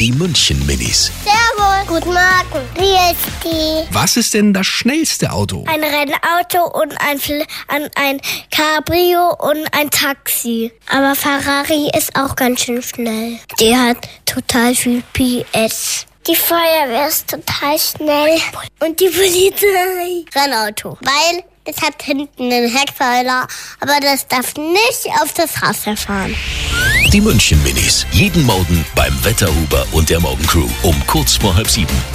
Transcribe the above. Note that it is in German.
Die München Minis. Servus. Guten Morgen. Wie ist die? Was ist denn das schnellste Auto? Ein Rennauto und ein, Fl- an- ein Cabrio und ein Taxi. Aber Ferrari ist auch ganz schön schnell. Die hat total viel PS. Die Feuerwehr ist total schnell. Und die Polizei. Rennauto. Weil es hat hinten einen Heckpfeiler, aber das darf nicht auf das Raster fahren. Die München Minis. Jeden Morgen beim Wetterhuber und der Morgencrew um kurz vor halb sieben.